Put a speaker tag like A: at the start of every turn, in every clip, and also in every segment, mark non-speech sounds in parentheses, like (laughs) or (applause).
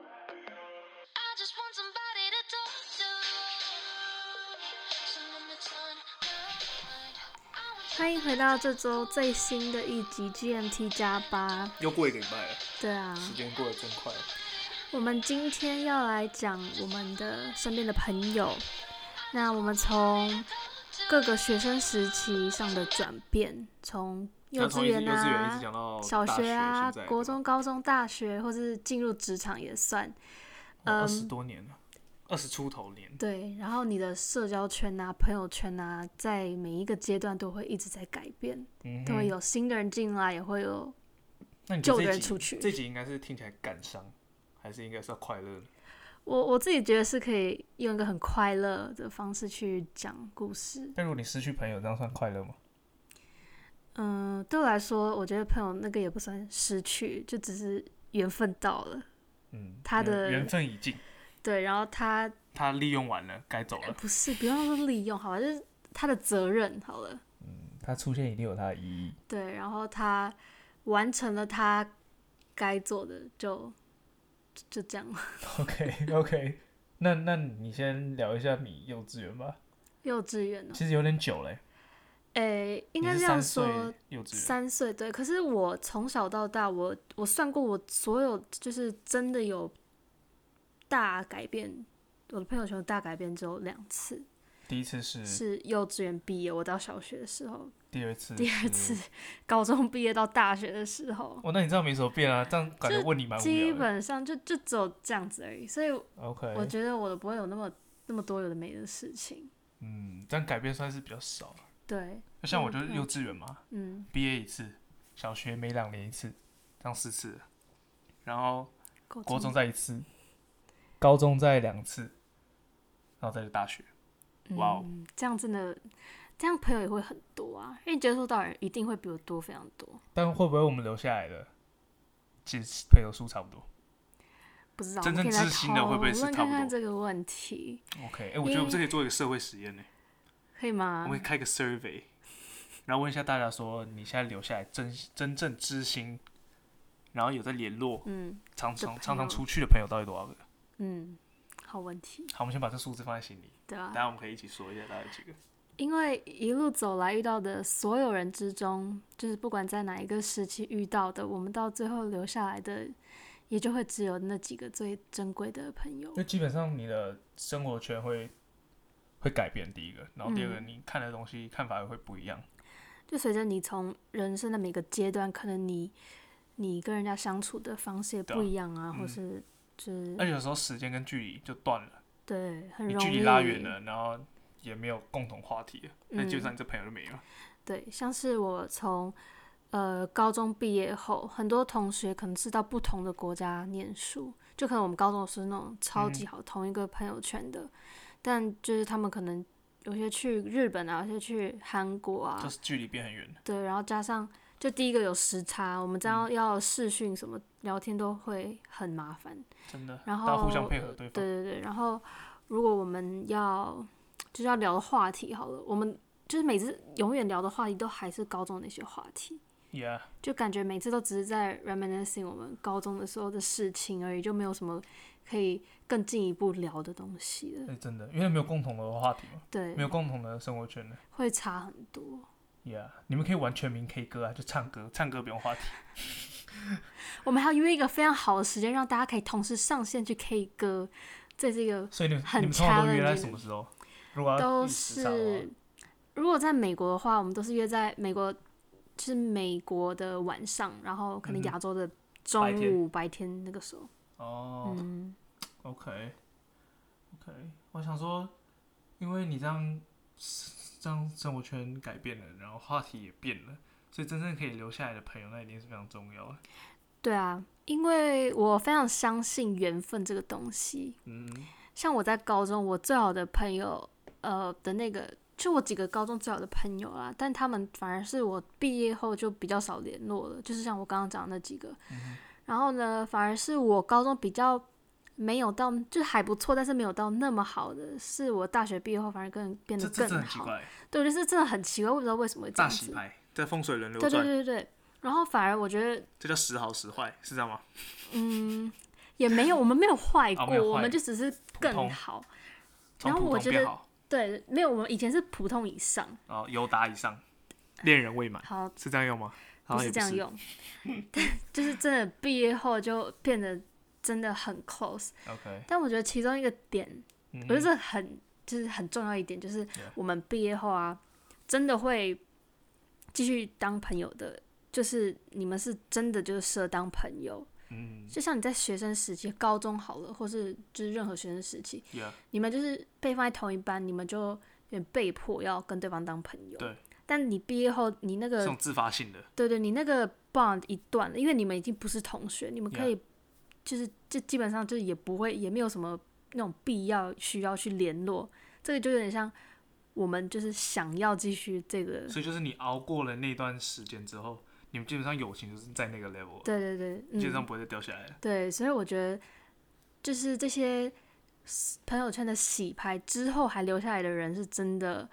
A: I just want somebody to talk to. Someone that's on my mind. I want
B: 欢迎回到这周最新的一集 GMT 加八。
C: 又过一个礼拜了，
B: 对啊，
C: 时间过得真快。
B: 我们今天要来讲我们的身边的朋友。那我们从各个学生时期上的转变，从幼
C: 那
B: 稚
C: 从一直
B: 园
C: 幼稚园一直
B: 啊、
C: 讲到
B: 小
C: 大
B: 学啊
C: 现在、
B: 国中、高中、大学，或是进入职场也算。嗯
C: 二十多年了，二十出头年。
B: 对，然后你的社交圈啊、朋友圈啊，在每一个阶段都会一直在改变，
C: 嗯
B: 都会
C: 哼，
B: 有新的人进来，也会有
C: 那你觉得
B: 旧
C: 这
B: 人
C: 集
B: 出去
C: 这集应该是听起来感伤，还是应该是要快乐呢？
B: 我我自己觉得是可以用一个很快乐的方式去讲故事。
C: 但如果你失去朋友，这样算快乐吗？
B: 嗯，对我来说，我觉得朋友那个也不算失去，就只是缘分到了。
C: 嗯，
B: 他的
C: 缘缘分已尽，
B: 对，然后他
C: 他利用完了，该走了。
B: 不是不要说利用好吧，就是他的责任好了。
C: 他出现一定有他的意义。 (laughs)
B: 对，然后他完成了他该做的，就就就这样。
C: OK OK，那那你先聊一下你幼稚园吧，
B: 幼稚园呢？
C: 其实有点久嘞，
B: 诶，应该
C: 你
B: 这
C: 是
B: 样
C: 三岁
B: 说，
C: 幼稚园，
B: 三岁，对。可是我从小到大，我我算过，我所有就是真的有大改变，我的朋友圈大改变只有两次，
C: 第一次是，
B: 是幼稚园毕业，我到小学的时候；
C: 第二次，
B: 第 (laughs) 二次。，高中毕业到大学的时候，
C: 哦，那你这样没什么变啊，这样感觉问你蛮无
B: 基
C: 聊的。
B: 本上就就只有这样子而已。所以
C: OK，
B: 我觉得我不会有那么那么多有的没的事情。
C: 嗯，这样改变算是比较少了。
B: 对，
C: 就像我
B: 嗯
C: 就是
B: 嗯
C: 幼稚园嘛，
B: 嗯，
C: 毕业一次，小学每两年一次，这样四次了，然
B: 哦高
C: 后国中再一次，高中再两次，然后再是大学。哇哦
B: 嗯，这样真的，这样朋友也会很多啊，因为接触到的人一定会比我多非常多。
C: 但会不会我们留下来的，其实朋友数差不多
B: 不知道，
C: 真正
B: 我们可以来
C: 知心的会不会是
B: 讨论
C: 差不
B: 看看
C: 多
B: 这个问题，
C: ？OK，哎、我觉得我们这可以做一个社会实验呢、
B: 可以
C: 我
B: 吗
C: 们？会开个 survey，然后问一下大家说，你现在留下来真真正知心，然后有在联络，
B: 嗯
C: 常
B: 的
C: 常
B: 朋
C: 常常
B: 友
C: 出去的朋友到底多少个？
B: 嗯，好问题，
C: 好，我们先把这数字放在心里，
B: 对吧、
C: 等下我们可以一起说一下大概几个。
B: 因为一路走来遇到的所有人之中，就是不管在哪一个时期遇到的，我们到最后留下来的，也就会只有那几个最珍贵的朋友
C: 因。为基本上你的生活圈会会改变，第一个，然后第二个，
B: 嗯
C: 你看的东西看法也会不一样。
B: 就随着你从人生的每个阶段，可能你你跟人家相处的方式也
C: 对啊
B: 不一样啊，
C: 嗯
B: 或是就是
C: 而且有时候时间跟距离就断了，
B: 对，很
C: 你
B: 容易
C: 距离拉远了，然后也没有共同话题了，那基
B: 嗯
C: 本上你这朋友就没了。
B: 对，像是我从呃高中毕业后，很多同学可能是到不同的国家念书，就可能我们高中是那种超级
C: 嗯
B: 好、同一个朋友圈的，但就是他们可能有些去日本啊，有些去韩国啊
C: 就，是距离变很远了。
B: 对，然后加上就第一个有时差，我们这样
C: 嗯
B: 要视讯什么聊天都会很麻烦，
C: 真的，
B: 然后
C: 大家互相配合对方。
B: 对对对，然后如果我们要就是要聊的话题好了，我们就是每次永远聊的话题都还是高中那些话题。
C: Yeah，
B: 就感觉每次都只是在 reminiscing 我们高中的时候的事情而已，就没有什么可以更进一步聊的东西了。
C: 哎，真的，因为没有共同的话题嘛，
B: 对
C: 没，有共同的生活圈了。
B: 会差很多。
C: Yeah，你们可以玩全民 K 歌啊，就唱歌，唱歌不用话题。
B: 我们还要约一个非常好的时间，让大家可以同时上线去 K 歌，这是一个
C: 所以你们
B: 很
C: 你们通常都约
B: challenging
C: 在什么时候？如果要
B: 都
C: 一起上的
B: 是。如果在美国的话，我们都是约在美国，就是美国的晚上，然后可能
C: 嗯哼
B: 亚洲的中
C: 白天
B: 午、白天那个时候。
C: 话哦、
B: 嗯，
C: o k OK，我想说，因为你这样这样生活圈改变了，然后话题也变了，所以真正可以留下来的朋友，那一定是非常重要的。
B: 对啊，因为我非常相信缘分这个东西。
C: 嗯，
B: 像我在高中，我最好的朋友，呃的那个就我几个高中最好的朋友啦，但他们反而是我毕业后就比较少联络了，就是像我刚刚讲的那几个。
C: 嗯
B: 然后呢，反而是我高中比较没有到，就还不错，但是没有到那么好的，是我大学毕业后反而更变得
C: 这这
B: 更
C: 真的很奇
B: 好。
C: 怪，
B: 对，就是真的很奇怪，我不知道为什么会这
C: 大
B: 样
C: 洗
B: 子。
C: 牌，这风水轮流
B: 对对
C: 转，
B: 对对对。然后反而我觉得，
C: 这叫时好时坏，是这样吗？
B: 嗯，也
C: (laughs)
B: 没有，我们没有坏
C: 哦
B: 过，
C: 没有坏
B: 我们就只是
C: 通
B: 更好。
C: 从
B: 然后
C: 普
B: 我
C: 通
B: 觉
C: 变
B: 得
C: 好，
B: 对，没有，我们以前是普通以上。
C: 然后尤达以上，恋人未满，
B: 好，
C: 是这样用吗？好
B: 不
C: 像也
B: 是这样用，
C: (laughs)
B: 但就是真的毕业后就变得真的很 close。
C: ，OK，
B: 但我觉得其中一个点，
C: 嗯
B: 我觉得这很就是很重要一点，就是我们毕业后啊，真的会继续当朋友的，就是你们是真的就是适合当朋友。
C: 嗯
B: 就像你在学生时期，高中好了，或是就是任何学生时期，
C: 嗯，Yeah，
B: 你们就是被放在同一班，你们就有点被迫要跟对方当朋友。
C: 对。
B: 但你毕业后，你那
C: 这
B: 个
C: 种自发性的，
B: 对对，你那个 bond 一断了，因为你们已经不是同学，你们可
C: Yeah.
B: 以就是就基本上就是也不会也没有什么那种必要需要去联络，这个就有点像我们就是想要继续这个，
C: 所以就是你熬过了那段时间之后，你们基本上友情就是在那个 level，了
B: 对对对，
C: 基
B: 嗯，
C: 本上不会再掉下来了。
B: 对，所以我觉得就是这些 s- 朋友圈的洗牌之后还留下来的人是真的，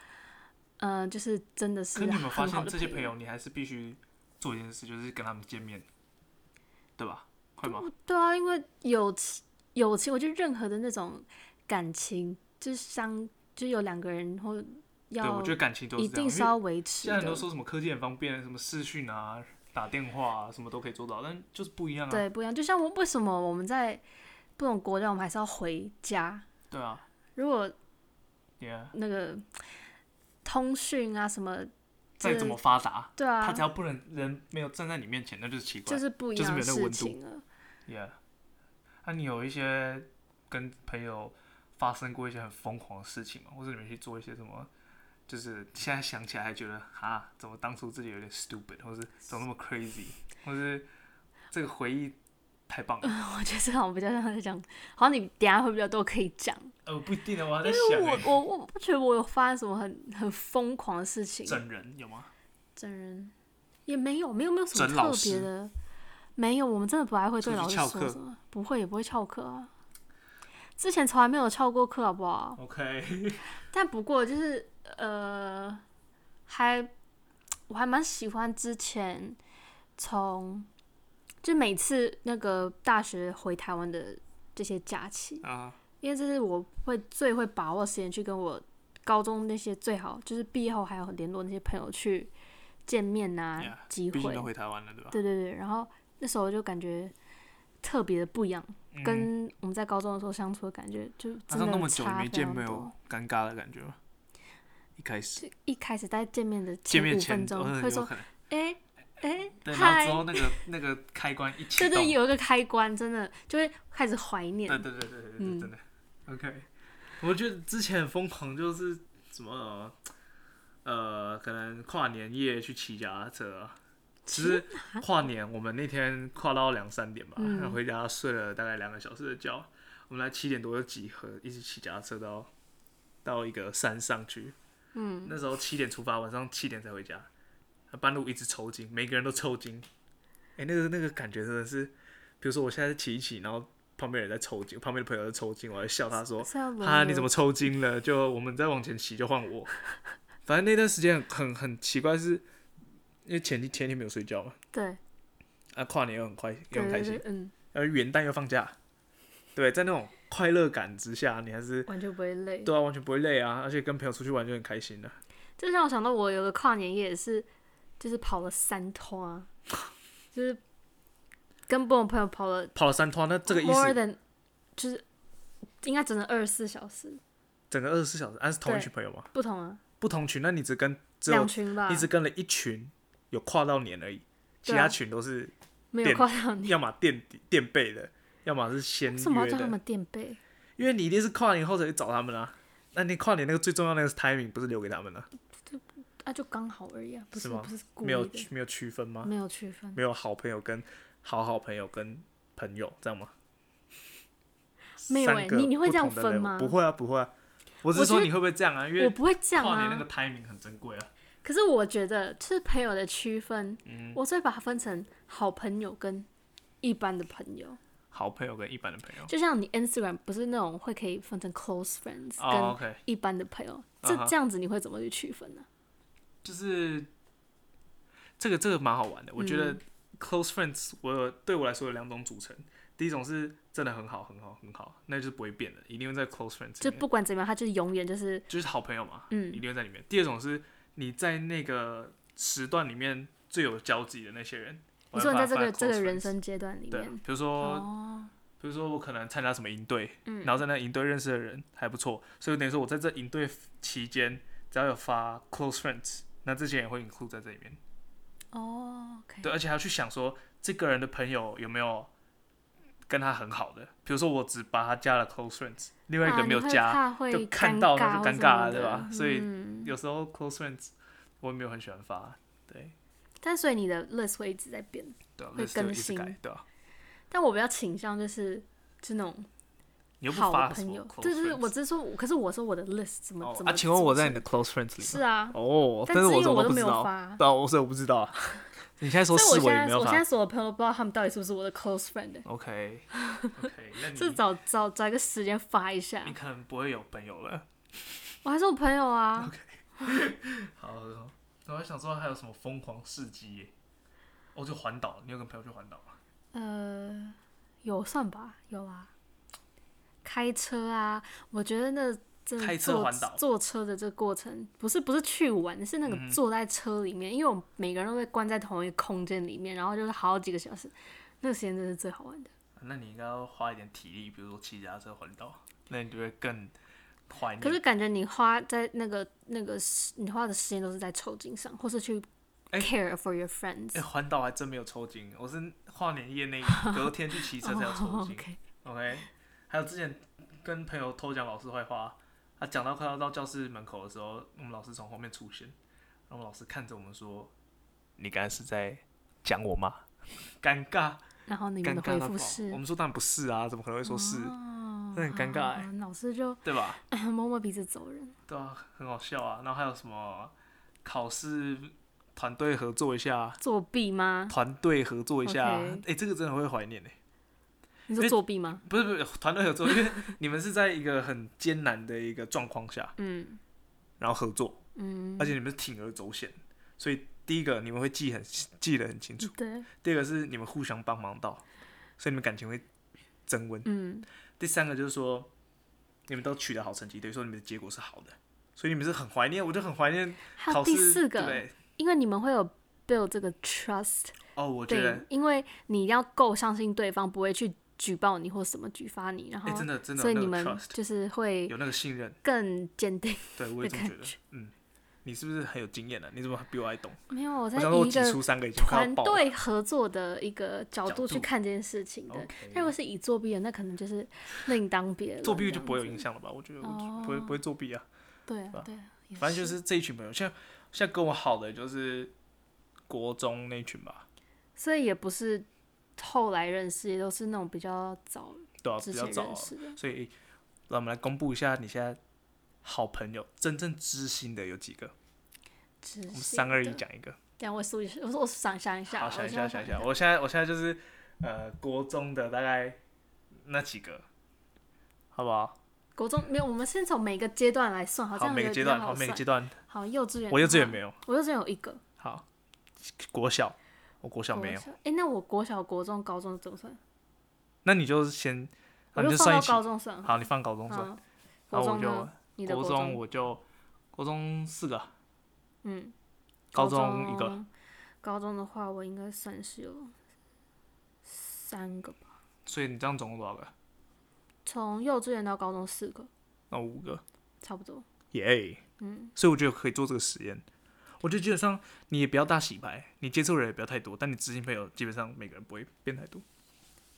B: 嗯、就是真的是
C: 可是你有没有发
B: 很好
C: 现
B: 的
C: 这些
B: 朋
C: 朋友，你还是必须做一件事，就是跟他们见面，对吧？会吗？
B: 对啊，因为友情，友情，我觉得任何的那种感情，就是相，就是有两个人或
C: 对，
B: 要
C: 我觉得感情都
B: 一
C: 是这样。
B: 定是
C: 因为
B: 要维持
C: 现
B: 的
C: 在很，多说什么科技很方便，什么视讯啊、打电话啊，什么都可以做到，但就是不一样啊。
B: 对，不一样。就像我为什么我们在不同国家，我们还是要回家？
C: 对啊
B: 如果
C: ，Yeah，
B: 那个通讯啊什么，
C: 再
B: 这
C: 怎么发达，
B: 对
C: 他
B: 啊
C: 只，要不能人没有站在你面前，那就是奇怪。
B: 就是不一
C: 就是
B: 样
C: 没
B: 的
C: 有那个
B: 事
C: 温度
B: 情了。
C: Yeah，那、你有一些跟朋友发生过一些很疯狂的事情吗？或者你们去做一些什么？就是现在想起来还觉得哈，怎么当初自己有点 stupid，或是怎么那么 crazy，或是这个回忆太
B: (laughs)
C: 棒了。
B: 我觉得这好像比较像在讲，好像你等一下会比较多可以讲。
C: 呃，不一定啊，我还在想、
B: 我
C: 欸，
B: 我我不觉得我有发生什么很很疯狂的事情，
C: 整人有吗？
B: 整人也没有，没有没有什么
C: 整老
B: 特
C: 师
B: 别的，没有，我们真的不太会对
C: 出去
B: 老师
C: 翘
B: 说
C: 课
B: 什么，不会也不会翘课啊。之前从来没有翘过课，好不好？ (laughs)
C: OK，
B: 但不过就是呃，还我还蛮喜欢之前从就每次那个大学回台湾的这些假期，
C: 啊，
B: 因为这是我会最会把握时间去跟我高中那些最好就是毕业后还有联络那些朋友去见面呐、
C: Yeah，
B: 机
C: 毕
B: 会
C: 竟，都回台湾了，对吧？
B: 对对对，然后那时候就感觉特别的不一样，
C: 嗯
B: 跟我们在高中的时候相处的感觉就
C: 好
B: 真的
C: 像那么久
B: 差
C: 没
B: 非
C: 见，
B: 常
C: 没
B: 多
C: 有尴尬的感觉吗？一开始
B: 就一开始在见面的
C: 见
B: 前
C: 面
B: 五
C: 前
B: 分
C: 哦
B: 钟
C: 有
B: 会说
C: 可能，
B: 哎哎
C: 对，然后之
B: 嗨
C: 后，那个那个开关一启
B: 对
C: 动，
B: 对，有一个开关，真的就会开始怀念
C: 对，对对对对对，
B: 嗯
C: 真的。OK，我觉得之前很疯狂就是什么呃，可能跨年夜去骑脚踏车啊，其实跨年我们那天跨到两三点吧，然后回家睡了大概两个小时的觉，我们来七点多就集合，一起骑脚踏车到到一个山上去。嗯，那时候七点出发，晚上七点才回家，半路一直抽筋，每个人都抽筋。哎、那个那个感觉真的是，比如说我现在骑一骑，然后旁边人在抽筋，旁边的朋友在抽筋，我还笑他说：“
B: 是要轮
C: 哈，
B: 流
C: 你怎么抽筋了？就我们再往前骑，就换我。 (laughs) 反正那段时间很很很奇怪是，因为前前天没有睡觉嘛，
B: 对
C: 啊，跨年又很快，又
B: 对
C: 很开
B: 对
C: 心
B: 对，，嗯，
C: 而元旦又放假，对，在那种快乐感之下，你还是
B: 完全不会累。
C: 对啊，完全不会累啊，而且跟朋友出去玩就很开心的、
B: 这让我想到我有个跨年夜也是，就是跑了三通啊， (laughs) 就是跟不同朋友跑了
C: 跑了三趟，那这个意
B: more
C: 思，
B: than 就是应该整整二十四小时，
C: 整个二十四小时，啊还、是同一
B: 对
C: 群朋友吗？
B: 不同啊，
C: 不同群，那你只跟只有
B: 两群吧
C: 你，只跟了一群有跨到年而已，其
B: 对啊
C: 他群都
B: (laughs)
C: 是
B: 没有
C: 点
B: 跨到你，
C: 要么垫底垫背的，要么是先
B: 为什么
C: 约
B: 要叫他
C: 的，
B: 们垫背？
C: 因为你一定是跨年后才去找他们啦、那你跨年那个最重要的那个 timing 不是留给他们了、
B: 啊，就刚好而已啊，不
C: 是
B: 是
C: 吗
B: 不是故意
C: 没有
B: 的，
C: 没有区分吗？
B: 没有区分，
C: 没有好朋友跟好好朋友跟朋友这样吗？
B: 没有
C: 三
B: 欸
C: 个
B: 你你会
C: 不
B: 这样
C: 同的
B: 分
C: level
B: 吗
C: 不会啊，不会啊。我是
B: 我觉
C: 说
B: 得
C: 你会不会这样啊？因为
B: 我不会这样
C: 跨年那
B: 啊
C: 个。timing 很珍贵啊。
B: 可是我觉得，就是朋友的区分，
C: 嗯，
B: 我最把它分成好朋友跟一般的朋友。
C: 好朋友跟一般的朋友。
B: 就像你 Instagram 不是那种会可以分成 close friends
C: 哦
B: 跟
C: ，OK，
B: 一般的朋友，
C: 嗯哼
B: 这这样子你会怎么去区分呢、
C: 就是这个这个蛮好玩的。我觉
B: 嗯
C: 得 close friends 我有对我来说有两种组成，第一种是真的很好很好很好，那就是不会变的，一定会在 close friends
B: 就
C: 里面
B: 不管怎么样，他就是永远就是
C: 就是好朋友嘛，
B: 嗯
C: 一定会在里面。第二种是你在那个时段里面最有交集的那些人。
B: 你说你在这
C: 我
B: 个
C: 会把它放
B: 这个
C: close
B: 人
C: friends
B: 生阶段里
C: 对，
B: 面，
C: 比如说
B: 哦，
C: 比如说我可能参加什么营队，
B: 嗯
C: 然后在那营队认识的人还不错，所以等于说我在这营队期间，只要有发 close friends，那这些人也会 include 在这里面。
B: 哦，OK，
C: 对，而且还要去想说这个人的朋友有没有跟他很好的，比如说我只把他加了 close friends，另外一
B: 啊
C: 个没有
B: 你会
C: 加，
B: 怕会
C: 就看
B: 尴
C: 到那就
B: 或
C: 尴
B: 什
C: 尬
B: 么
C: 了，对
B: 的
C: 吧？所以
B: 嗯
C: 有时候 close friends 我也没有很喜欢发，对
B: 但所以你的 list 会一直在变，
C: 对啊，
B: 会
C: list 就
B: 更
C: 一直
B: 新
C: 改，对啊，
B: 但我比较倾向就是就那种
C: 你又不
B: 好
C: 发
B: 的
C: 什
B: 朋
C: 么
B: 友
C: close，friends，
B: 对对，对我只是说，可是我说我的 list 怎么
C: 哦
B: 怎么
C: 啊，请问我在你
B: 的
C: 的 close friends 里吗
B: 是啊，
C: 哦，
B: 但
C: 是
B: 是因
C: 我
B: 为
C: 怎么
B: 我都
C: 都不
B: 没有
C: 知道？
B: 发
C: 对啊，我所以我不知道
B: (laughs)
C: 啊。你现在说
B: 所
C: 是
B: 以我
C: 我
B: 现
C: 也没
B: 在
C: 有
B: 我
C: 发
B: 现在所有朋友不知道他们到底是不是我的 close friend，欸 (laughs)
C: o k OK，那
B: 这
C: 你
B: 找找找一个时间发一下
C: 嗯你。可能不会有朋友了。
B: 我还是我朋友
C: (laughs)
B: 啊，
C: 好，很好我还想说还有什么疯狂事迹耶？哦，就环岛，你有跟朋友去环岛吗？
B: 呃，有算吧，有啊。开车啊，我觉得那真的
C: 开车
B: 坐
C: 环岛嗯
B: 坐车的这个过程，不是不是去玩，是那个坐在车里面，因为我们每个人都被关在同一个空间里面，然后就是好几个小时，那个时间真是最好玩的。
C: 那你应该要花一点体力，比如说骑脚踏车环岛，那你就会更怀念。
B: 可是感觉你花在那个那个时你花的时间都是在抽筋上，或是去
C: 哎
B: care for your friends。
C: 哎，环岛还真没有抽筋，我是跨年
B: (laughs)
C: 夜那隔天去骑车才有抽
B: 哦
C: 筋。
B: ，OK，
C: OK，还有之前跟朋友偷讲老师坏话，他讲到快要到教室门口的时候，我们老师从后面出现，然后我们老师看着我们说：“你刚才是在讲我吗？”尴尬，
B: 然后你们
C: 尴
B: 的
C: 尬
B: 回
C: 到
B: 复
C: 爆。
B: 是
C: 我，们说当然不是啊，怎么可能会说是？
B: 哦
C: 那很尴尬
B: 好
C: 哎
B: 好老师就 (coughs)
C: 对吧？
B: 摸摸鼻子走人。
C: 对啊，很好笑啊。然后还有什么考试团队合作一下，
B: 作弊吗？
C: 团队合作一下，哎
B: OK
C: 这个真的会怀念呢、
B: 你
C: 因为
B: 说作弊吗？
C: 不是不是，团队合作，因为你们是在一个很艰难的一个状况下，
B: 嗯
C: 然后合作，
B: 嗯，
C: 而且你们是铤而走险，所以第一个你们会记很记得很清楚，
B: 嗯对，
C: 第二个是你们互相帮忙到，所以你们感情会增温。
B: 嗯
C: 第三个就是说，你们都取得好成绩，等于说你们的结果是好的，所以你们是很怀念，我就很怀念
B: 还
C: 考
B: 有
C: 试。
B: 第四
C: 对不
B: 个，
C: 对，
B: 因为你们会有 build 这个 trust
C: 哦，我觉得
B: 对，，因为你要够相信对方不会去举报你或什么举发你，然
C: 哎、
B: 后
C: 真的真的
B: 哦所以
C: 有
B: 你
C: 那个
B: 们
C: trust，
B: 就是会
C: 有那个信任，
B: 更坚定。
C: 对我也这么觉
B: 的
C: 得
B: 感觉。
C: 嗯，你是不是很有经验呢、啊你怎么比我还懂？
B: 没有，我
C: 我
B: 在
C: 想说，我
B: 以一
C: 挤出
B: 个
C: 三个已经快
B: 团
C: 要爆了。
B: 队合作的一个角
C: 角
B: 度去
C: 度哦
B: 看这件事情的
C: OK。
B: 那如果是以作弊的，那可能
C: (laughs)
B: 就是另当别论。
C: 作弊就不会有
B: 这样
C: 影
B: 子。
C: 响了吧？我觉得我就不会不会作弊啊。
B: 对
C: 吧
B: 啊，对啊，也
C: 反正就是这一群朋友，像像跟我好的就是国中那群吧，
B: 所以也不是后来认识，也都是那种比较早
C: 对啊，
B: 之
C: 比较
B: 前
C: 早
B: 认
C: 啊，
B: 识的。
C: 所以呃让我们来公布一下你现在好朋友真正知心的有几个？
B: 知
C: 我
B: 性
C: 们三二一
B: 的，
C: 讲一个。
B: 等一下我数一下，我说我想想一下，
C: 好，
B: 我
C: 想一
B: 现
C: 下，
B: 在
C: 想一下。我现在我现在就是呃国中的大概那几个，好不好？
B: 国中没有，我们先从每个阶段来算，好，这
C: 好，
B: 样
C: 每个
B: 有
C: 阶
B: 比较
C: 段，好，每个
B: 算
C: 阶段，
B: 好，幼稚园，啊
C: 我幼稚园没，有，
B: 我幼稚园有一个，
C: 好，国小，我国小
B: 国
C: 没有。
B: 小，哎，那我国小、国中、高中怎么算？
C: 那你就先，那
B: 我
C: 啊你
B: 就
C: 就
B: 放
C: 算一
B: 到
C: 起。
B: 高中算，
C: 好，你放高中算，
B: 嗯，
C: 然
B: 国
C: 后我
B: 中
C: 就
B: 呢？你的
C: 国
B: 中
C: 中，我就国中四个，
B: 嗯，
C: 高中一个，
B: 中。高中的话，我应该算是有三个吧，
C: 所以你这样总共多少个？
B: 从幼稚园到高中四个，
C: 那五个，
B: 差不多。
C: 耶、
B: 嗯，
C: 所以我觉得可以做这个实验。我觉得基本上你也不要大洗牌，你接触的人也不要太多，但你知心朋友基本上每个人不会变太多，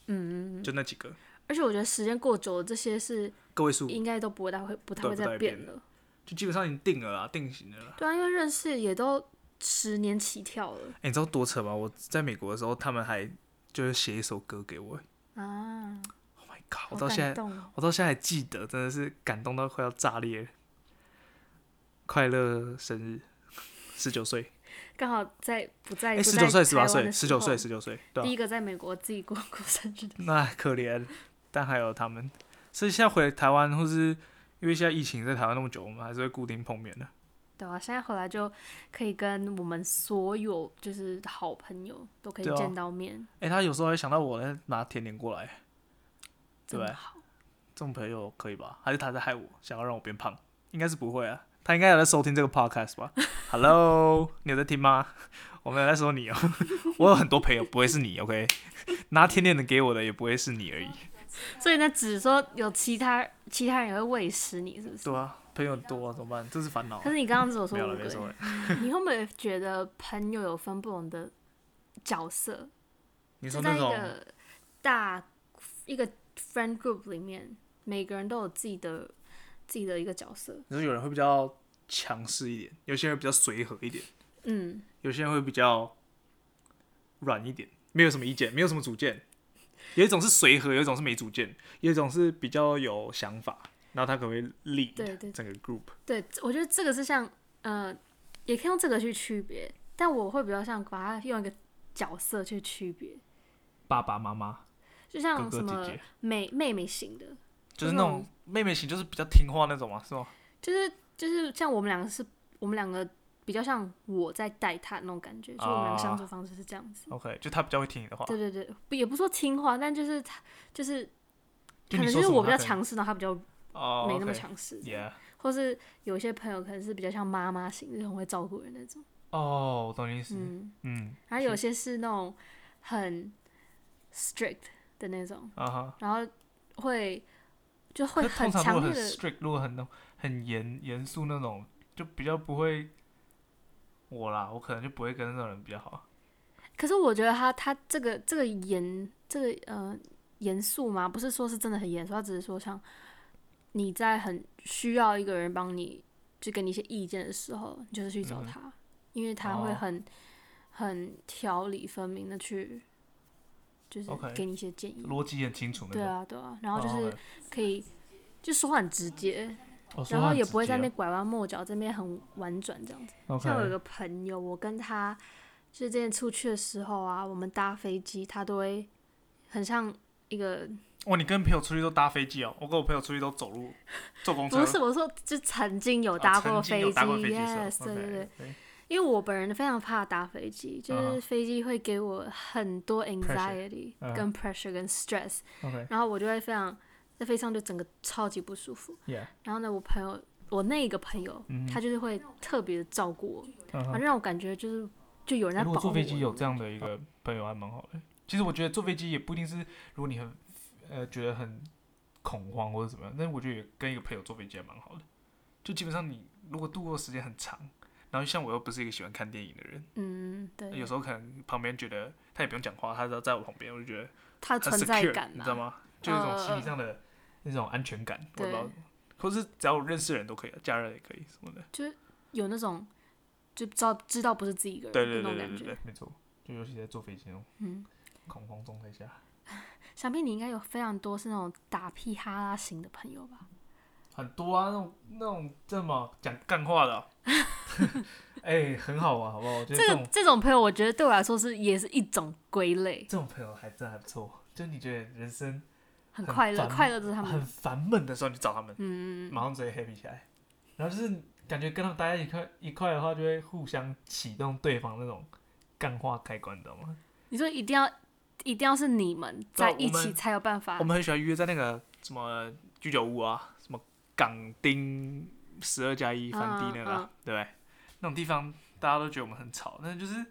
B: 嗯，嗯嗯
C: 就那几个
B: 而且我觉得时间过久了，这些是
C: 个位数，
B: 应该都不会太会不太
C: 对
B: 会
C: 不太
B: 再
C: 变
B: 变了。
C: 就基本上已经定了啊，定型了啦。
B: 对啊，因为认识也都十年起跳了
C: 哎、你知道多扯吗？我在美国的时候，他们还就是写一首歌给我
B: 啊，
C: ，Oh my 靠，我
B: 好
C: 到现
B: 感
C: 在
B: 动哦。
C: 我到现在还记得，真的是感动到快要炸裂。快乐生日，十九岁，
B: 刚好在不在？
C: 哎，
B: 不
C: 十
B: 在
C: 九岁、十
B: 台
C: 八
B: 湾
C: 岁、
B: 的
C: 十
B: 时
C: 九岁、
B: 候
C: 十九岁，对吧、啊
B: 第一个在美国自己过过生日的，
C: (laughs) 那可怜，但还有他们。所以现在回台湾，或是因为现在疫情在台湾那么久，我们还是会固定碰面的。
B: (laughs) 对啊，现在回来就可以跟我们所有就是好朋友都可以
C: 对啊
B: 见到面，
C: 哎、他有时候会想到我，在拿甜点过来。
B: 真
C: 对
B: 的好。
C: 这种朋友可以吧？还是他在害我，想要让我变胖？应该是不会啊，他应该有在收听这个 podcast (laughs) 吧？Hello，你有在听吗？ (laughs) 我没有在说你哦， (laughs) 我有很多朋友，不会是你，OK？拿 (laughs) 甜点的给我的也不会是你而已。
B: 所以那只是说有其他其他人会喂食你，是不是？
C: 对啊，朋友多、啊、怎么办？这是烦恼啊、
B: 可是你刚刚只有说
C: 没有了，
B: 五
C: 没说
B: 个
C: 了，
B: 人，你会不会觉得朋友有分不同的角色？
C: 你
B: 就
C: 说
B: 在
C: 那
B: 一
C: 种
B: 个大一个 friend group 里面，每个人都有自己的自己的一个角色。
C: 你说有人会比较强势一点，有些人比较随和一点，
B: 嗯，
C: 有些人会比较软一点，没有什么意见，没有什么主见。有一种是随和，有一种是没主见，有一种是比较有想法，然后他可能会 lead
B: 对对
C: 整个 group。
B: 对，我觉得这个是像呃，也可以用这个去区别，但我会比较像把它用一个角色去区别，
C: 爸爸妈妈
B: 就像
C: 哥
B: 什
C: 哥姐
B: 么
C: 姐
B: 妹妹妹型的，
C: 就是那
B: 那
C: 种妹妹型，就是比较听话那种嘛，是吗？
B: 就是就是像我们两个是，我们两个比较像我在带他那种感觉，就我们两个相处
C: 哦
B: 方式是这样子。
C: OK，就他比较会听你的话，
B: 对对对，不也不说听话，但就是他就是可
C: 就你
B: 能
C: 说
B: 是
C: 什么
B: 我比较
C: 他可能
B: 强势，然后他比较
C: 哦，
B: 没那么。强势
C: Yeah，
B: 或是有一些朋友可能是比较像妈妈型，就是很会照顾人那种。
C: 哦，我懂你意思。
B: 嗯，
C: 嗯，
B: 然后有些是那种很 strict 的那种，
C: 啊哈。
B: 然后会就会
C: 可是
B: 很
C: 通常
B: 强
C: 如
B: 烈
C: 果很
B: 的，
C: strict，如果很那种很严严肃那种，就比较不会。我啦，我可能就不会跟那种人比较好。
B: 可是我觉得他他这个这个严这个呃严肃嘛，不是说是真的很严肃，他只是说像你在很需要一个人帮你，就给你一些意见的时候，你就是去找
C: 嗯哼
B: 他，因为他会
C: 哦
B: 很、很条理分明的去，就是
C: OK
B: 给你一些建议。
C: 逻辑很清楚那
B: 对
C: 种。
B: 啊，对啊，然后
C: 哦
B: 就是
C: ，OK
B: 可以就说话很直接，
C: 哦说
B: 然
C: 话
B: 后
C: 很
B: 也
C: 直
B: 不会
C: 接
B: 在那边
C: 哦
B: 拐弯抹角，这边很婉转这样子。
C: OK，
B: 像我有个朋友，我跟他就是之前出去的时候啊，我们搭飞机，他都会很像一个
C: 哇，你跟朋友出去都搭飞机哦，我跟我朋友出去都走路，坐公车。啊
B: 不是我说，就曾经有
C: 我
B: 搭过飞
C: 飞
B: 机、
C: 搭过飞机
B: y
C: 是
B: e
C: 吧
B: s 对对对，
C: 对。
B: 因为我本人非常怕搭飞机，就
C: 嗯哼
B: 是飞机会给我很多 anxiety
C: 嗯哼
B: 跟 pressure 跟 stress，
C: OK，
B: 然后我就会非常在飞机上就整个超级不舒服。
C: Yeah，
B: 然后呢，我朋友，我那个朋友，
C: 嗯哼
B: 他就是会特别照顾我，
C: 嗯
B: 反
C: 哼哎
B: 正让我感觉就是就有人在保
C: 如果
B: 护
C: 坐飞
B: 我
C: 机有这样的一个朋友还蛮好的。其实我觉得坐飞机也不一定是，如果你很呃觉得很恐慌或者怎么样，但是我觉得也跟一个朋友坐飞机还蛮好的。就基本上你如果度过的时间很长，然后像我又不是一个喜欢看电影的人，
B: 嗯，对
C: 有，时候可能旁边觉得他也不用讲话，他只要在我旁边，我就觉得
B: 他的
C: 很
B: 存
C: secure，
B: 在感
C: 你知道
B: 嘛，
C: 吗？就有一种心理
B: 嗯
C: 上的那种安全感，我不知道
B: 对，
C: 或是只要我认识的人都可以，啊家人也可以什么的。
B: 有那种就知道知道不是自己一个
C: 对
B: 人的
C: 对
B: 那
C: 对
B: 种
C: 对
B: 感觉。，
C: 对对没错，就尤其在坐飞机那种
B: 嗯，
C: 恐慌状态下，
B: 想必你应该有非常多是那种打屁哈拉型的朋友吧？
C: 很多啊，那种那种这么讲干话的啊， (laughs) 哎、很好玩，好不好？我觉得这
B: 这
C: 种、
B: 个这种朋友，我觉得对我来说是也是一种归类，
C: 这种朋友还真还不错。就你觉得人生
B: 很
C: 很
B: 快乐，
C: 烦
B: 快乐就是他
C: 很
B: 们。
C: 烦闷的时候，你找他们，
B: 嗯，
C: 马上直接 happy 起来。然后就是感觉跟他们待在一块一块的话，就会互相启动对方那种干话开关，你知道吗？
B: 你说一定要一定要是你们在
C: 啊我
B: 一
C: 们
B: 起才有办法
C: 我。们很喜欢约在那个什么居酒屋啊，什么港町十二加一饭
B: 嗯
C: 店那个啊，
B: 嗯
C: 对不对？那种地方大家都觉得我们很吵，但是就是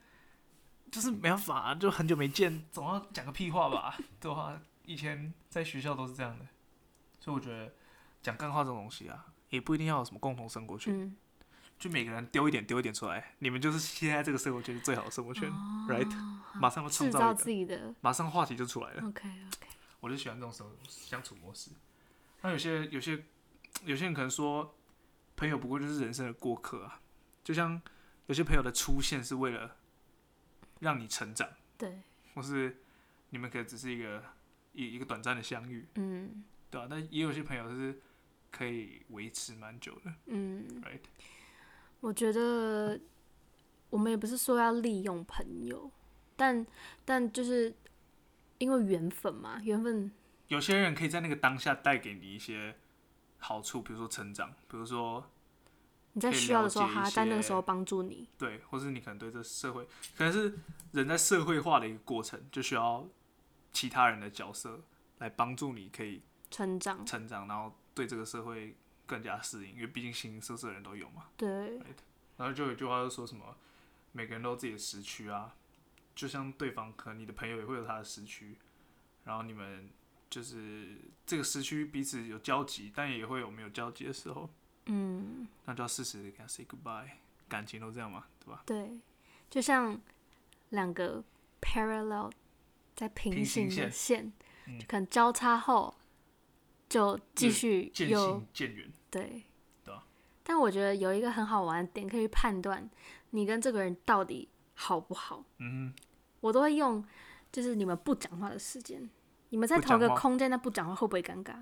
C: 就是没办法啊、就很久没见，总要讲个屁话吧， (laughs) 对吧？以前在学校都是这样的，所以我觉得讲干话这种东西啊，也不一定要有什么共同生活圈，
B: 嗯，
C: 就每个人丢一点丢一点出来，你们就是现在这个生活圈是最好的生活圈、r i g h t 马上就创
B: 哦制
C: 造
B: 造
C: 一
B: 自
C: 个，
B: 己的。
C: 马上话题就出来了。
B: OK OK，
C: 我就喜欢这种生活相处模式。那有些有些有些人可能说，朋友不过就是人生的过客啊，就像有些朋友的出现是为了让你成长，
B: 对，
C: 或是你们可能只是一个一一个短暂的相遇，
B: 嗯
C: 对啊，但也有些朋友是可以维持蛮久的
B: 嗯，
C: ，right？
B: 我觉得我们也不是说要利用朋友，但但就是因为缘分嘛，缘分
C: 有些人可以在那个当下带给你一些好处，比如说成长，比如说
B: 你在
C: 可以
B: 需要
C: 了
B: 的时候，
C: 解一
B: 他在那个
C: 些
B: 时候帮助你，
C: 对，或是你可能对这社会，可能是人在社会化的一个过程，就需要其他人的角色来帮助你可以
B: 成长。
C: 成长，然后对这个社会更加适应，因为毕竟形形色色的人都有嘛。
B: 对，
C: 然后就有一句话就说什么，每个人都有自己的时区啊，就像对方可能你的朋友也会有他的时区，然后你们就是这个时区彼此有交集，但也会有没有交集的时候，
B: 嗯，
C: 那就要适时的给他 say goodbye，感情都这样嘛，对吧？
B: 对，就像两个 parallel 在平
C: 平行
B: 行的
C: 线
B: 线，
C: 嗯
B: 就可能交叉后就继
C: 有
B: 续
C: 渐
B: 有
C: 行渐远，
B: 对
C: 对啊
B: 但我觉得有一个很好玩的点，可以去判断你跟这个人到底好不好。
C: 嗯哼，
B: 我都会用，就是你们不讲话的时间，你们在
C: 不
B: 同一个
C: 讲话
B: 空间，但不讲话会不会尴尬？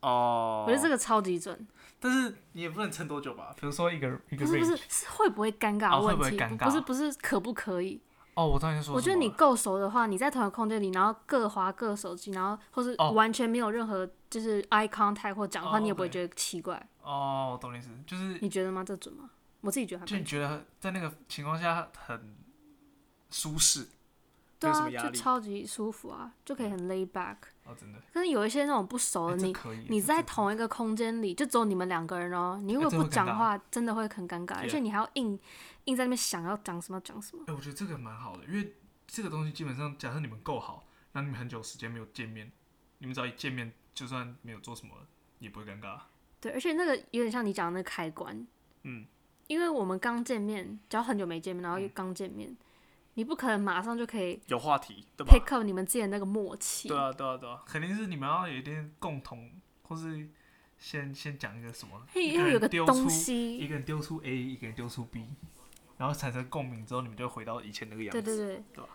C: 哦
B: 我觉得这个超级准，
C: 但是你也不能撑多久吧？比如说一个一个
B: 不是不是
C: range，
B: 是会不会尴尬的
C: 哦会
B: 问
C: 不会
B: 题，
C: 尴
B: 不不是
C: 尬
B: 不是可不可以？
C: 哦，我当然说什么了，
B: 我觉得你够熟的话，你在同一个空间里，然后各划各手机，然后或是
C: 哦
B: 完全没有任何就是 eye contact 或讲话，
C: 哦
B: 你也不会
C: OK
B: 觉得奇怪。
C: 哦，我懂你意思，就是
B: 你觉得吗？这准吗？我自己觉得还
C: 就你
B: 蛮
C: 觉得在那个情况下很舒适，没
B: 对
C: 有什
B: 啊，
C: 么压
B: 就
C: 力
B: 超级舒服啊，就可以很 lay back。
C: 哦，真的，
B: 可是有一些那种不熟
C: 哎
B: 的，
C: 这
B: 哦你
C: 可以耶，
B: 你
C: 这
B: 在
C: 真的
B: 同一个空间里，就只有你们两个人哦，你如
C: 哎
B: 果
C: 这
B: 不
C: 会尴
B: 讲
C: 尬
B: 话，真的会很尴尬，而
C: Yeah
B: 且你还要硬硬在那边想要讲什么讲什么。
C: 哎、我觉得这个蛮好的，因为这个东西基本上，假设你们够好，那你们很久时间没有见面，你们只要一见面，就算没有做什么，也不会尴尬。
B: 对，而且那个有点像你讲的那个开关，
C: 嗯，
B: 因为我们刚见面，只要很久没见面，然后又刚见面，你不可能马上就可以
C: 有话题，对
B: pick up 你们之间的那个默契。
C: 对啊，对啊，对啊，肯定是你们要有一点共同，或是先先讲一个什么，
B: 嘿
C: 一个
B: 要有
C: 人
B: 个
C: 丢
B: 东
C: 出，
B: 西
C: 一个人丢出 A，一个人丢出 B，然后产生共鸣之后，你们就回到以前那个样
B: 对
C: 子。
B: 对对
C: 对吧，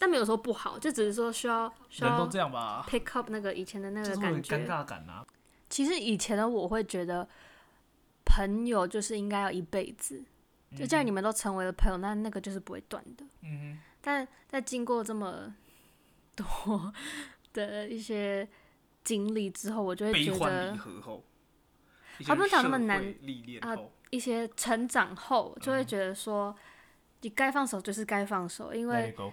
B: 但没有说不好，就只是说需要需
C: 人
B: 要
C: 都这样吧，
B: pick up 那个以前的那
C: 就是
B: 个
C: 会有
B: 感觉。
C: 尴尬感啊。
B: 其实以前的我会觉得，朋友就是应该要一辈子，就既然你们都成为了朋友，那那个就是不会断的。
C: 嗯
B: 但在经过这么多 (laughs) 的一些经历之后，我就会
C: 哼，悲
B: 觉
C: 欢
B: 得
C: 离合后，一
B: 啊
C: 些
B: 不用讲那么
C: 社
B: 难
C: 会历练
B: 啊
C: 后，
B: 一些成长后，就
C: 嗯
B: 会觉得说，你该放手就是该放手，因
C: Let
B: 为
C: it go，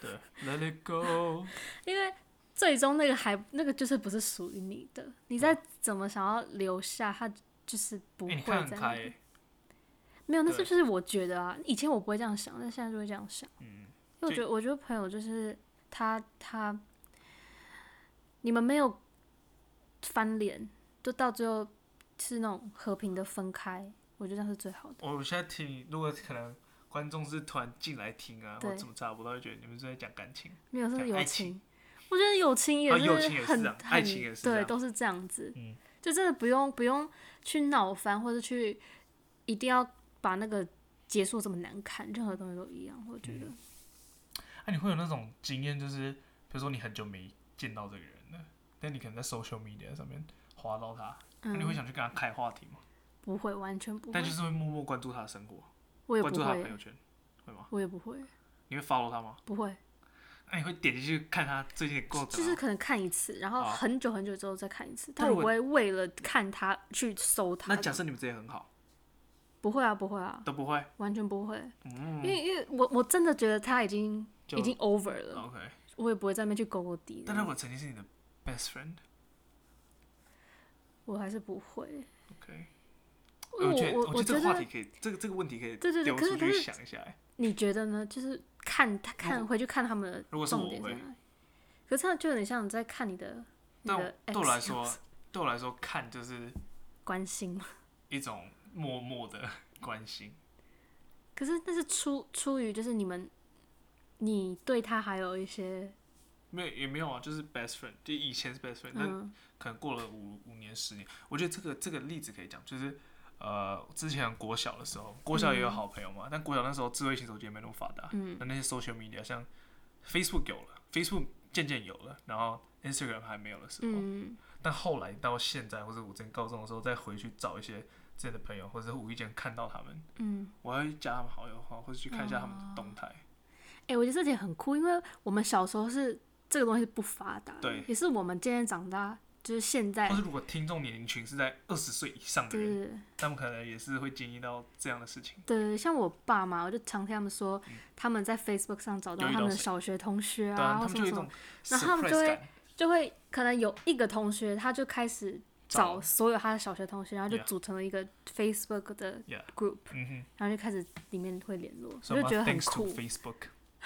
C: 对，Let it go，
B: (laughs) 因为最终那个还那个就是不是属于你的，你再怎么想要留下，它就是不
C: 欸
B: 会
C: 你看
B: 在那
C: 很开
B: 里
C: 欸。
B: 没有，那
C: 对
B: 是就是我觉得啊，以前我不会这样想，但现在就会这样想。
C: 嗯，
B: 因为我
C: 就
B: 觉得，我觉得朋友就是他他，你们没有翻脸，就到最后是那种和平的分开，我觉得这样是最好的。
C: 我现在听你，如果可能观众是突然进来听啊，
B: 对
C: 或怎么差不多，会觉得你们是在讲感情。
B: 没有是
C: 讲
B: 友
C: 爱
B: 情
C: 情，
B: 我觉得友情也
C: 啊
B: 是
C: 友情也是
B: 很
C: 这样
B: 很
C: 爱情也是这
B: 对，
C: 样
B: 都是这样子。
C: 嗯
B: 就真的不用不用去闹翻，或者去一定要把那个结束这么难看，任何东西都一样，我觉
C: 嗯
B: 得。
C: 啊，你会有那种经验，就是比如说你很久没见到这个人了，但你可能在 social media 上面滑到他，那你会想去跟他开话题吗？
B: 不会，完全嗯不会
C: 但就。是会默默关注他的生活，
B: 我也
C: 关
B: 不
C: 注他的朋
B: 会
C: 友，圈，会吗？
B: 我也不会，
C: 你会 follow 他吗？
B: (laughs) 不会，
C: 那、你会点进去看他最近的过程
B: 就
C: 吗？
B: 是可能看一次，然后
C: 好
B: 很久很久之后再看一次，
C: 但
B: 但我
C: 我
B: 不会为了看他去搜他
C: 那
B: 的。
C: 假设你们之间很好，
B: 不会啊，不会啊，
C: 都不会，
B: 完全不会，因
C: 嗯
B: 为因为我我真的觉得他已经
C: 就
B: 已经 over 了，
C: ，OK。
B: 我也不会在那边去勾勾底的。
C: 但如果曾经是你的 best friend，OK，、
B: 我还是不会，因
C: 我觉
B: 为
C: 得
B: 我
C: 觉
B: 觉
C: 得这个话题
B: 得
C: 可以，这个这个问题可以
B: 对对对
C: 丢
B: 可是
C: 出
B: 可
C: 去
B: 是
C: 想一下、欸。
B: 你觉得呢？就是看他看
C: 如
B: 回去看他们的
C: 如果是
B: 重
C: 我
B: 点在
C: 会
B: 哪里，可是这样就有点像你在看你的你
C: 但
B: 的
C: 我对我来
B: ex
C: 说，对我来说看就是
B: 关心嘛。
C: 一种默默的关心。
B: 可是那是出出于就是你们，你对他还有一些
C: 没有也没有啊，就是 best friend，就以前是 best friend，、那
B: 嗯
C: 可能过了五五年十年，我觉得这个这个例子可以讲，就是呃之前国小的时候，国小也有好朋友嘛，但国小那时候智慧型手机也没那么发达，
B: 嗯
C: 那那些 social media 像 Facebook 有了，Facebook 渐渐有了，然后 Instagram 还没有的时候，
B: 嗯，
C: 但后来到现在，或者我之前高中的时候，再回去找一些之前的朋友，或者是无意间看到他们，
B: 嗯，
C: 我要去加他们好友，或或者去看一下他
B: 哦
C: 们的动态。
B: 哎、我觉得这点很酷，因为我们小时候是这个东西是不发达的，
C: 对
B: 也是我们渐渐长大，就是现在
C: 或，是如果听众年龄群是在二十岁以上的
B: 对
C: 人，
B: 对对
C: 他们可能也是会经历到这样的事情。
B: 对，像我爸嘛，我就常听他们说，他们在 Facebook 上找到
C: 有遇
B: 他
C: 到
B: 们的
C: 谁
B: 小学同学
C: 嗯对啊，
B: 或
C: 他们
B: 什
C: 就有
B: 么
C: 一
B: 什么
C: 种，
B: 然后他们
C: surprise
B: 就会
C: 感，
B: 就会可能有一个同学，他就开始
C: 找
B: 找所有他的小学同学，然后就
C: Yeah
B: 组成了一个 Facebook 的
C: Yeah
B: group，
C: 嗯哼，
B: 然后就开始里面会联络，
C: So
B: 我就觉得
C: much
B: 很
C: thanks to
B: 酷
C: Facebook (laughs)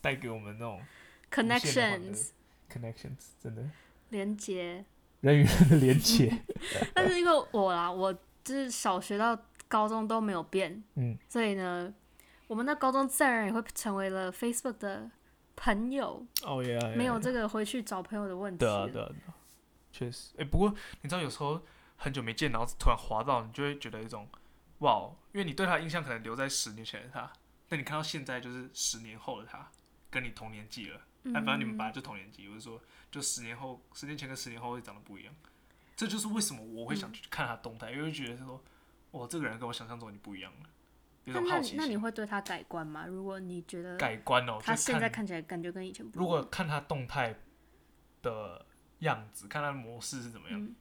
C: 带给我们那种无限的
B: ，connections
C: 欢乐 connections，真的
B: 连接。
C: 人与人的连接。
B: (laughs) 但是因为我啦，我就是小学到高中都没有变，
C: 嗯，
B: 所以呢，我们的高中自然也会成为了 Facebook 的朋友，
C: 哦耶，
B: (laughs) 没有这个回去找朋友的问题
C: 对啊
B: 了。
C: 对啊，对啊确实。哎、不过你知道有时候很久没见，然后突然滑到，你就会觉得一种哇哦，因为你对他的印象可能留在十年前的他，但你看到现在就是十年后的他，跟你同年纪了。哎、反正你们本
B: 嗯
C: 来就同年纪，我是说，就十年后，十年前跟十年后会长得不一样。这就是为什么我会
B: 嗯
C: 想去看他的动态，因为觉得说，哇，这个人跟我想象中已经不一样了，有
B: 那
C: 种
B: 那
C: 好
B: 你
C: 奇
B: 那你
C: 心。
B: 会对他改观吗？如果你觉得
C: 改观哦，
B: 他
C: 就
B: 现在看起来感觉跟以前不一样，
C: 如果看他动态的样子，看他的模式是怎么样，
B: 嗯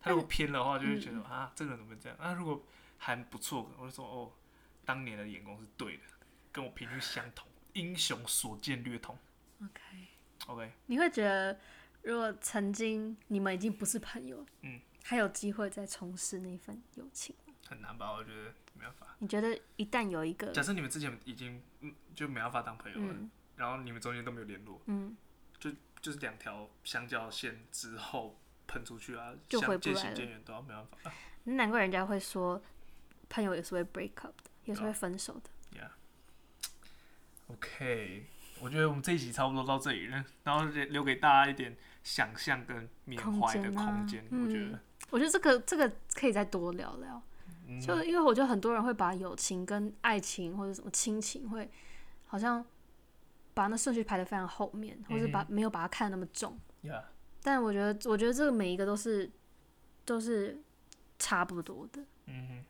C: 他如果偏的话，就会觉得、啊，这个人怎么会这样？啊，如果还不错，我就说哦，当年的眼光是对的，跟我频率相同， (laughs) 英雄所见略同。
B: OK，
C: OK，
B: 你会觉得如果曾经你们已经不是朋友，
C: 嗯，
B: 还有机会再重拾那份友情吗？
C: 很难吧？我觉得没办法。
B: 你觉得一旦有一个
C: 假设你们之前已经嗯就没办法当朋友了，然后你们中间都没有联络，
B: 嗯，
C: 就就是两条相交线之后喷出去啊，
B: 就回
C: 相
B: 不
C: 渐
B: 来
C: 行
B: 了
C: 渐远都要没办法。啊
B: 难怪人家会说，朋友也是会 break up 的，也是
C: 对啊
B: 会分手的。
C: OK，我觉得我们这一集差不多到这里了，然后留留给大家一点想象跟缅怀的
B: 空间啊
C: 空间。我觉得，
B: 我觉得这个这个可以再多聊聊，
C: 嗯，
B: 就因为我觉得很多人会把友情跟爱情或者什么亲情会好像把那顺序排得非常后面，
C: 嗯
B: 或者把没有把它看得那么重。
C: 呀
B: 但我觉得，我觉得这个每一个都是都是差不多的，
C: 嗯哼，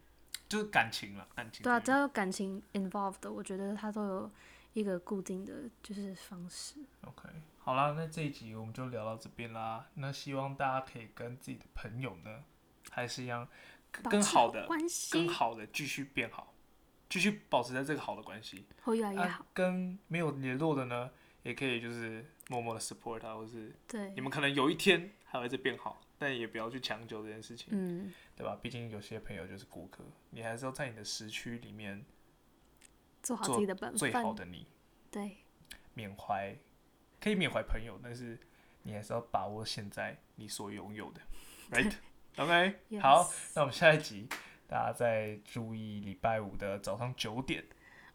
C: 就是感情了，感情
B: 对啊，
C: 这
B: 只
C: 一面
B: 要有感情 involved，的我觉得它都有一个固定的就是方式。
C: OK，好啦，那这一集我们就聊到这边啦。那希望大家可以跟自己的朋友呢，还是一样跟
B: 保
C: 跟
B: 持
C: 好
B: 好
C: 的、
B: 关系
C: 跟好的继续变好，继续保持在这个好的关系。
B: 会越来越好
C: 啊。，跟没有联络的呢，也可以就是默默的 support 他，或是
B: 对
C: 你，们可能有一天还会再变好，但也不要去强求这件事情，
B: 嗯，
C: 对吧？毕竟有些朋友就是顾客，你还是要在你的时区里面
B: 做好
C: 做
B: 自己的本
C: 最好
B: 分，
C: 的你，
B: 对，
C: 缅怀可以缅怀朋友，但是你还是要把握现在你所拥有
B: (laughs)
C: 的，right？OK，、好，那我们下一集大家再注意礼拜五的早上九点。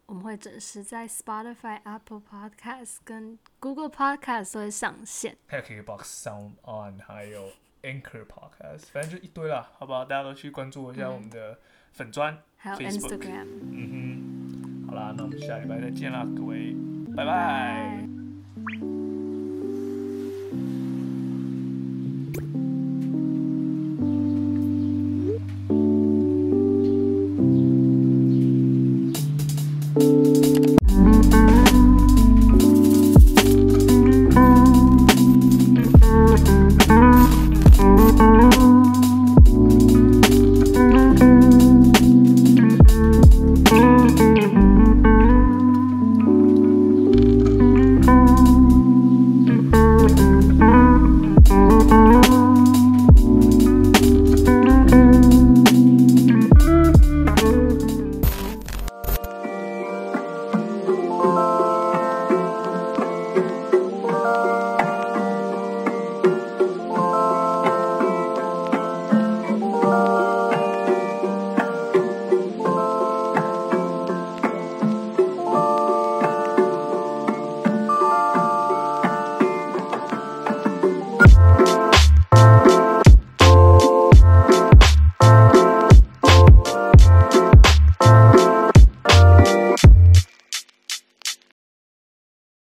B: 我们会准时在 Spotify、Apple Podcast 跟 Google Podcast 都会上线。
C: 还有 KKBOX Sound On，还有 Anchor Podcast，反正就一堆啦，好不好？大家都去关注一下我们的粉砖、
B: 嗯还有
C: Facebook。
B: Instagram，
C: 嗯哼，好啦，那我们下礼拜再见啦，各位，拜拜
B: 拜